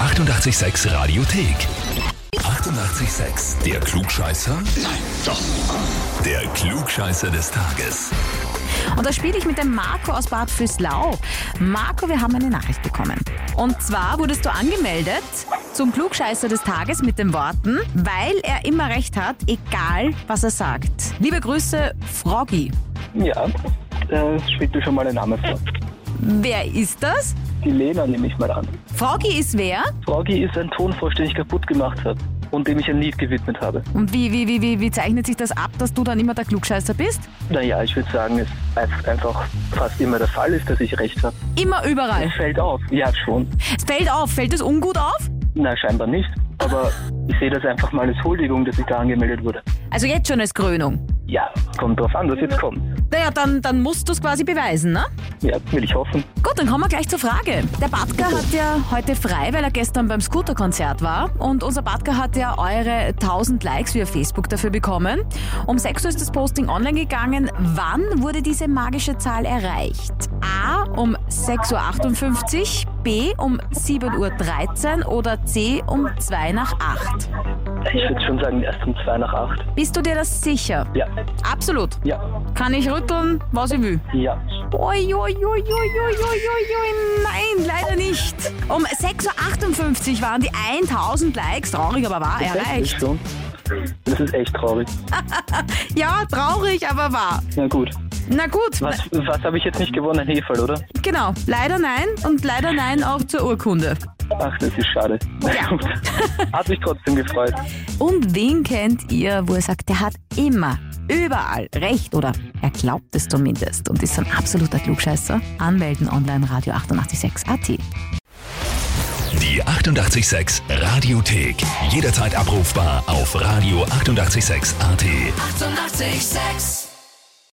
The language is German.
886 Radiothek. 88,6. Der Klugscheißer? Nein, doch. Der Klugscheißer des Tages. Und da spiele ich mit dem Marco aus Bad Füßlau. Marco, wir haben eine Nachricht bekommen. Und zwar wurdest du angemeldet zum Klugscheißer des Tages mit den Worten, weil er immer recht hat, egal was er sagt. Liebe Grüße, Froggy. Ja, da spielt dir schon mal ein Name vor. Wer ist das? Die Lena nehme ich mal an. Froggy ist wer? Froggy ist ein Tonfrosch, den ich kaputt gemacht habe und dem ich ein Lied gewidmet habe. Und wie, wie, wie, wie, wie zeichnet sich das ab, dass du dann immer der Klugscheißer bist? Naja, ich würde sagen, es einf- einfach fast immer der Fall ist, dass ich recht habe. Immer überall. Fällt auf. Ja, schon. Es fällt auf. Fällt es ungut auf? Na, scheinbar nicht. Aber ich sehe das einfach mal als Huldigung, dass ich da angemeldet wurde. Also jetzt schon als Krönung. Ja, kommt drauf an, was jetzt kommt. Naja, dann, dann musst du es quasi beweisen, ne? Ja, will ich hoffen. Gut, dann kommen wir gleich zur Frage. Der Batka hat ja heute frei, weil er gestern beim Scooter-Konzert war. Und unser Batka hat ja eure 1000 Likes via Facebook dafür bekommen. Um 6 Uhr ist das Posting online gegangen. Wann wurde diese magische Zahl erreicht? A. Um 6.58 Uhr, B. um 7.13 Uhr oder C. um 2 nach 8. Ich würde schon sagen, erst um zwei nach acht. Bist du dir das sicher? Ja, Absolut. ja, Kann ich rütteln, was ich will. ja. Oi, oi, oi, oi, oi, oi, oi, oi, nein, leider nicht. Um 6.58 Uhr waren die 1000 Likes, traurig, aber wahr, Tatsächlich erreicht. schon. Das ist echt traurig. Ja, traurig, aber wahr. Na gut. Na gut, Was, was habe ich jetzt nicht gewonnen? Ein Heferl, oder? genau, leider nein und leider nein auch zur Urkunde. Ach, das ist schade. Hat mich trotzdem gefreut. Und wen kennt ihr, wo ihr sagt, der hat immer, überall recht oder er glaubt es zumindest und ist so ein absoluter Klugscheißer? Anmelden online Radio 886 AT. Die 88,6 Radiothek. Jederzeit abrufbar auf radio886.at. 88,6. Eighty-eight, sex.